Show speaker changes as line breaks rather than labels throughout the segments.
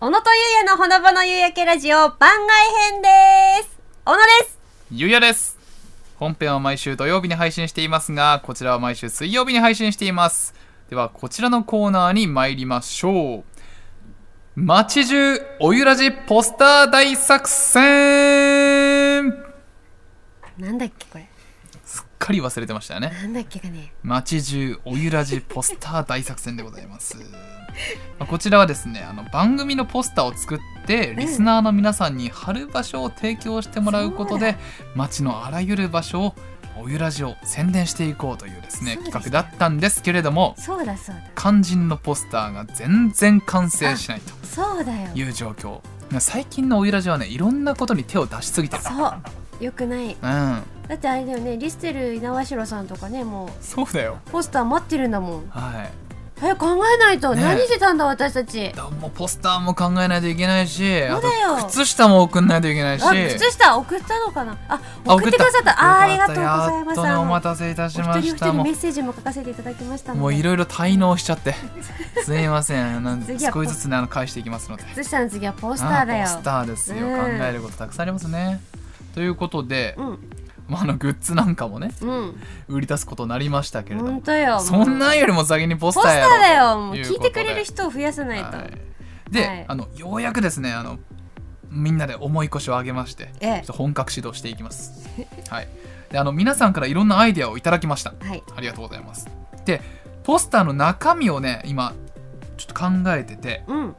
小野とゆうやのほのぼの夕焼けラジオ番外編です小野です
ゆうやです本編は毎週土曜日に配信していますがこちらは毎週水曜日に配信していますではこちらのコーナーに参りましょう街中おゆらじポスター大作戦
なんだっけこれ
すっかり忘れてましたよね
なんだっけかね
街中おゆらじポスター大作戦でございますまあこちらはですねあの番組のポスターを作ってリスナーの皆さんに貼る場所を提供してもらうことで街のあらゆる場所をおゆらじを宣伝していこうというですね
そうでし
企
た
画だったんですけれども
そうだそうだ
肝心のポスターが全然完成しないと
そうだよ
いう状況最近のおゆらじはねいろんなことに手を出しすぎてる
そうよくない
うん
だってあれだよねリステル稲城さんとかねもう
そうだよ
ポスター待ってるんだもん
はい
早く考えないと、
ねえ
何してたんだ私たち
だもうポスターも考えないといけないし
そ
あ
うだよ
と靴下も送んないといけないし
あ靴下送ったのかなあ
あ
送ってくださったあーあり
よ
がと
か
うございます
やっとね
あの
お待たせいたし
お一
ま
人お
し
一
た
人
も
メッセージも書かせていただきました
う
ので
もういろいろ滞納しち ゃってすいませんあの
次は
少しずつねあの返していきますので
靴下の次はポスターだよ
あポスターですよ、
うん
考えることたくさんありますねということで、
うん
まあ、あのグッズなんかもね
うん
売り出すことになりましたけれど
本
も
当よ
そんなん
よ
よりも先にポス
ポス
タ
タ
ーや
ー
ろ
だよもう
という
聞
こ
い
とで
てくれる人を増やさないと、
はい、で、
はい
あのようやくですねあのみんなで重い腰を上げまして
ええ
ちょっと本格指導していきます。はい、であの皆さんからいろんなアイデアをいただきました。
はい
ありがとうございます。でポスターの中身をね今ちょっと考えてて
うん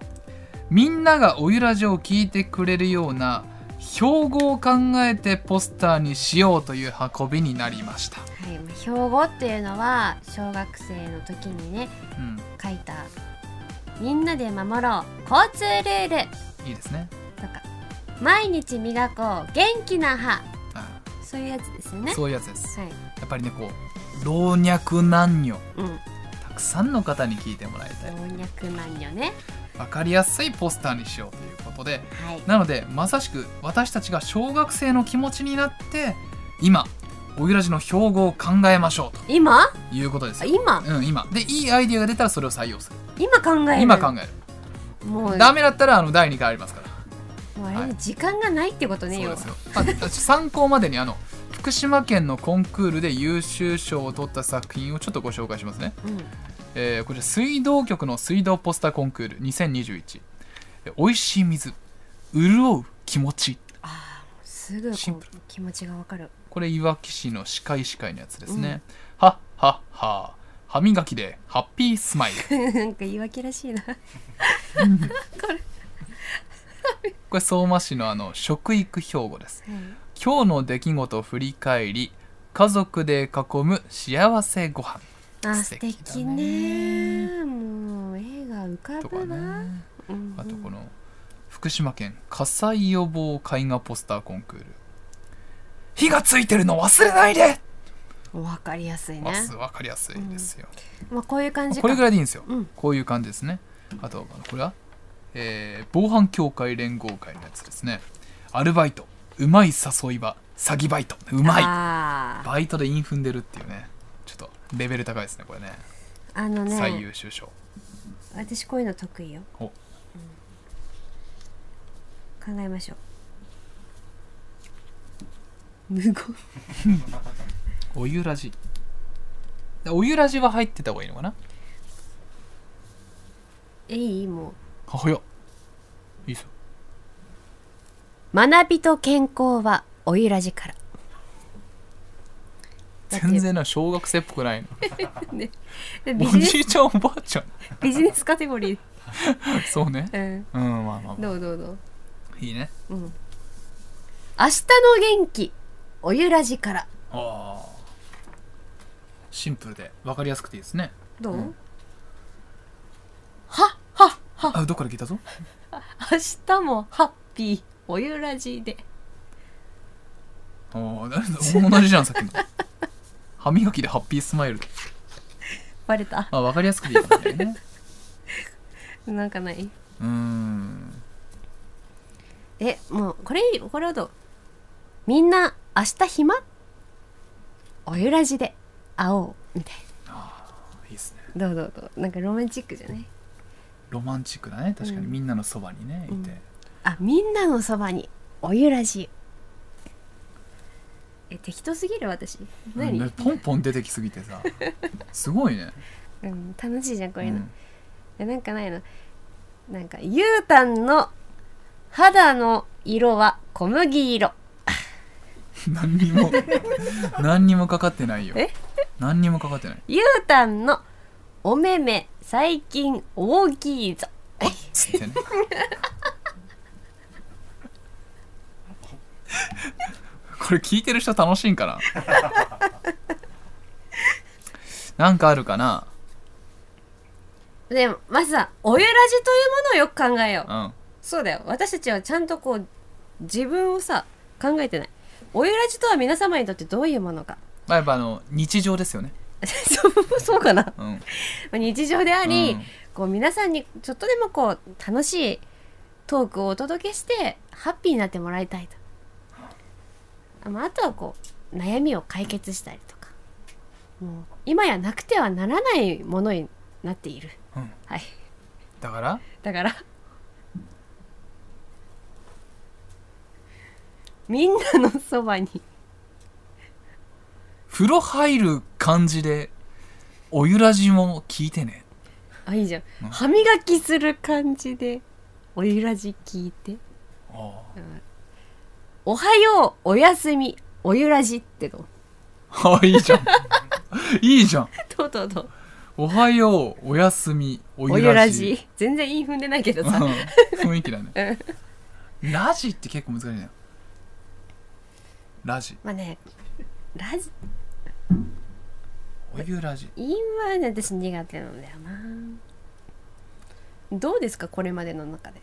みんながおゆらじを聞いてくれるような標語を考えてポスターにしようという運びになりました。
はい、まあ標語っていうのは小学生の時にね
うん、
書いた「みんなで守ろう交通ルール
いいですね。」
とか「毎日磨こう元気な歯
あ」
そういうやつですよね。
そういうやつです。
はい、
やっぱりねこう老若男女
うん、
たくさんの方に聞いてもらいたい
老若男女ね。
分かりやすいポスターにしようということで
はい、
なのでまさしく私たちが小学生の気持ちになって今おゆらじの標語を考えましょう
今あ
ということですよ
今
うん今でいいアイディアが出たらそれを採用する
今考える
今考え
もう
るダメだったらあの第2回ありますから
もうあれね、
はい
時間がないってことね
そう
要
で
は
すよあちょっと参考までにあの福島県のコンクールで優秀賞を取った作品をちょっとご紹介しますね
うん
えーこちら水道局の水道ポスターコンクール2021えー美味しい水潤う気持ち
あーすぐこ
シンプ
う気持ちがわかる。
これいわき市の歯科医師会のやつですね、はっはっは歯磨きでハッピースマイ ル
なんか言い訳らしいな。
これ相馬市のあの食育標語です今日の出来事を振り返り家族で囲む幸せご飯
あ素
素敵だね
敵ねもう絵が浮か
と
ぶ
か
な、
ね
うんうん
あとこの福島県火災予防絵画ポスターコンクール火がついてるの忘れないで
お分かりやすいね
ま、ず分かりやすいですよ、
まあ、こういう感じか
これぐらいでいいんですよ、
うん
こういう感じですねあとこれは、えー防犯協会連合会のやつですねアルバイトうまい誘い場詐欺バイトうまい
あー
バイトでイン踏んでるっていうねちょっとレベル高いですねこれね
あの
最
ね
優秀賞
私こういうの得意よ、
お
うん考えましょう無言
おゆらじおゆらじは入ってた方がいいのかな
えいいも
あ早っいいっすよ
う学びと健康はおゆらじからだって
全然な小学生っぽくないの
でビ
お
ジネス
じいちゃんおばあちゃん
ビジネスカテゴリ
そうね
ーうん
うんまあまあ、ま
どうどうどう
あ、いいね
うん明日の元気おゆらじから
ああシンプルで分かりやすくていいですね
どう、
うん
はっはっは
あどっから聞いたぞ
明日もハッピーおゆらじで
ああなるほど同じじゃんさっきの歯磨きでハッピースマイル
バレた
あ分かりやすくていいかもしれ ないね
なんかないう
ーん
えもうこれいいこれはどうみんな明日暇おゆらじで会おうみたい
いいですね
などうどうどうなんかロマンチックじゃない
ロマンチックだね確かに
うん
みんなのそばにね、
うん
いて
あみんなのそばにおゆらじえ適当すぎる私何、
うんポンポン出てきすぎ てさすごいね
うん、楽しいじゃんこういう
う
の、
ん
えなんかないのなんかゆうたんの肌の色は小麦色
何にも何にもかかってないよ
え
何にもかかってない
ゆうたんのお目目最近大きいぞ
つってねこれ聞いてる人楽しいんかななんかあるかな
でもまずさおゆらじというものをよく考えよう
うん
そうだよ私たちはちゃんとこう自分をさ考えてないおゆらじとは皆様にとってどういうものか
まあやっぱあの日常ですよね
そうそうかなま
うん
あ日常であり、
うん
こう皆さんにちょっとでもこう楽しいトークをお届けしてハッピーになってもらいたいとあ,、まあ、あとはこう悩みを解決したりとかもう今やなくてはならないものになっている、
うん
はい
だから
だからみんなのそばに
風呂入る感じでおゆらじも聞いてね
あいいじゃん、
うん
歯磨きする感じでおゆらじ聞いて
あ
おはようおやすみおゆらじってどう
あいいじゃんいいじゃん
どうどうどう
おはようおやすみお
お
ゆ
ゆ
ら
ら
じ
じ全然韻踏んでないけどさ、
うん雰囲気だねラジって結構難しいねラジ
まあねラジ
お湯ラジ
韻はね私苦手なんだよなどうですかこれまでの中で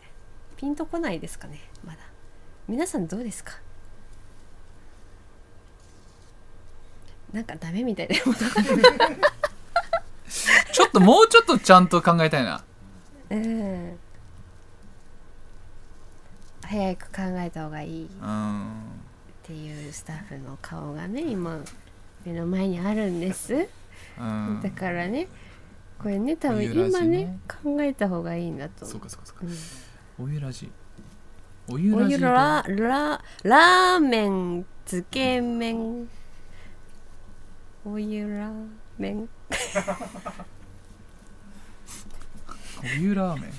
ピンとこないですかねまだ皆さんどうですかなんかダメみたいで
ちょっともうちょっとちゃんと考えたいな
うん早く考えた方がいいっ
うん
ていうスタッフの顔がね今目の前にあるんです
うん
だからねこれね多分
お湯ラジ
今ね
ね
考えた方がいいんだと
そうかそうかそうか
うん
お湯ラジお湯
お
ラジ
湯ラララーメンつけ麺お湯ラーメン
お湯ラーメン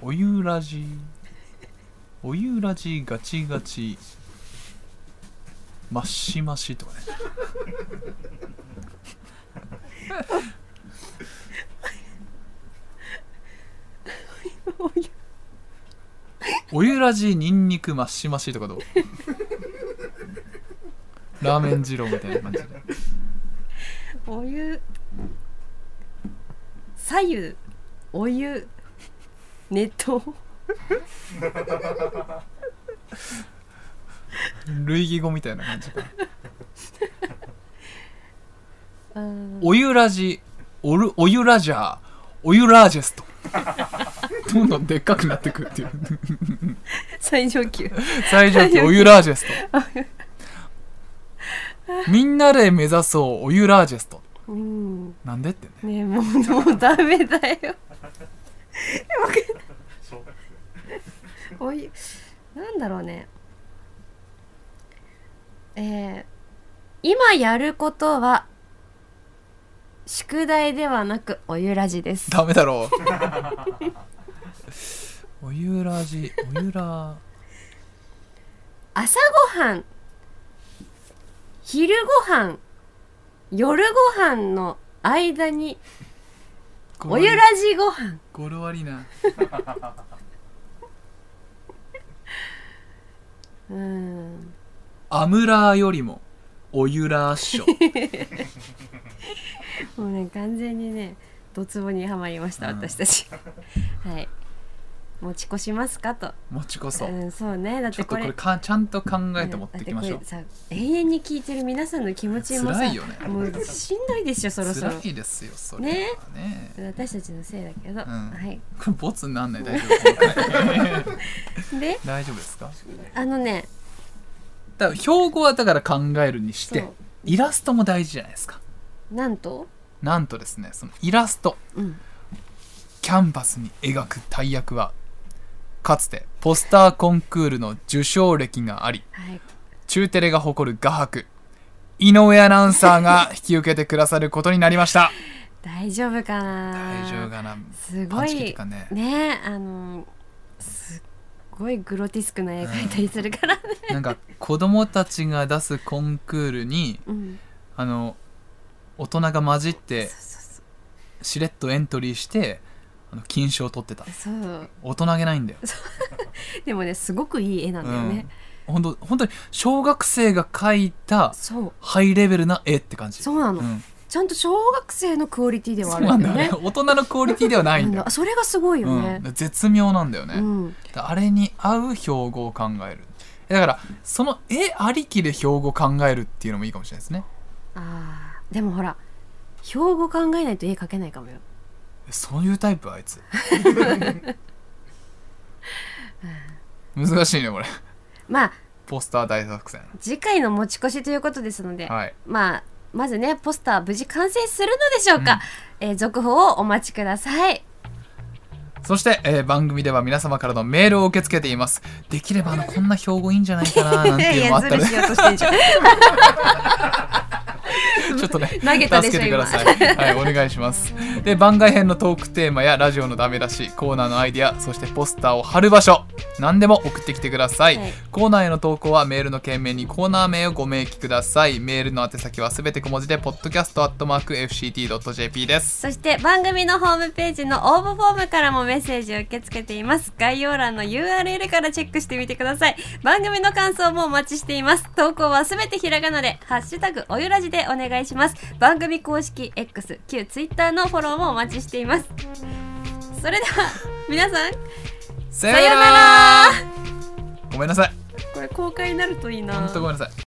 お湯ラジお湯ラジガチガチマッシマシとかね
お湯
お湯ラジニンニクマッシマシとかどうラーメン二郎みたいな感じで
お湯左右お湯熱湯
類義語みたいな感じか
あー
お湯ラジおるお湯ラジャーお湯ラージェストどんどんでっかくなってくっていう
最上級
最上級お湯ラージェストみんなで目指そうお湯ラージェスト
うんね
なんでってね
えもうもうダメだよわかんないお湯なんだろうねえー、今やることは宿題ではなくおゆらじです
ダメだろうお湯ラジお湯ラー
朝ごはん昼ごはん夜ごはんの間にお湯ラジごはん
語呂悪いな
うーん
アムラーよりもおゆらーっ しょ
もうね完全にねドツボにはまりました
うん
私た ちはい持ち越しますかと
持ちこそ
うん、そうねだっ
ち
て
ょっと
こ
こ
れ
れかちゃんと考えて持っ
だ
ていきましょう
てこれさ永遠に聞いてる皆さんの気持ちもさ
辛いよね
もうしんどいでしょそろそろ
辛いですよそれはね
私たちのせいだけど、
ん
はい
これボツになんない 大丈夫
で
大丈夫ですか
あのね
だから標語はだから考えるにし
そ
て
う
イラストも大事じゃないですか
なんと
なんとですねそのイラスト
うん
キャンバスに描く大役はかつてポスターコンクールの受賞歴があり
はい、
中テレが誇る画伯井上アナウンサーが引き受けてくださることになりました
大丈夫かな
大丈夫かな
す
パ
ご
ンチ効いて
い
かね
ねあのすっごいグロティスクな絵描いたりするからね、
なんか子供たちが出すコンクールに
うん、
あの大人が混じって
そうそ
しれっとエントリーしてあの金賞を取ってた
うそうそう
大人げないんだよ
でもねすごくいい絵なんだよね、
うん、本当本当に小学生が描いた
そう
ハイレベルな絵って感じ
そうなの、
うん
ちゃんと小学生のクオリティでは
そ
あ
う
る
なんん
だ
だ
よ
よね
ね
大人のクオリティではないんだよ
うん、それがすごいよね、
うん、絶妙なんだよね、
うん、
あれに合う標語を考えるだからその絵ありきで標語を考えるっていうのもいいかもしれないですね
あーでもほら標語考えないと絵描けないかもよ
そういうタイプあいつ難しいねこれ
まあ
ポスター大作戦
次回の持ち越しということですので、
はい
まあまずねポスター無事完成するのでしょうか、えー続報をお待ちください
そして、えー番組では皆様からのメールを受け付けていますできればあのこんな標語いいんじゃないかななんていうのもあっ たら、
いやずるしようとしてんじゃん
ちょっと ね、
投げたでしょ
助けてください。はい、お願いします。で、番外編のトークテーマやラジオのダメ出し、コーナーのアイディア、そしてポスターを貼る場所、何でも送ってきてください。
はい
コーナーへの投稿はメールの件名にコーナー名をご明記ください。メールの宛先はすべて小文字で、podcast.fct.jp です。
そして番組のホームページの応募フォームからもメッセージを受け付けています概要欄の URL からチェックしてみてください番組の感想もお待ちしています投稿はすべてひらがなで「ハッシュタグおゆらじ」でお願いします番組公式 X 旧 Twitter のフォローもお待ちしていますそれでは皆さん
さ
さようなら
ごめんなさい。
これ公開になるといいな
ほんとごめんなさい。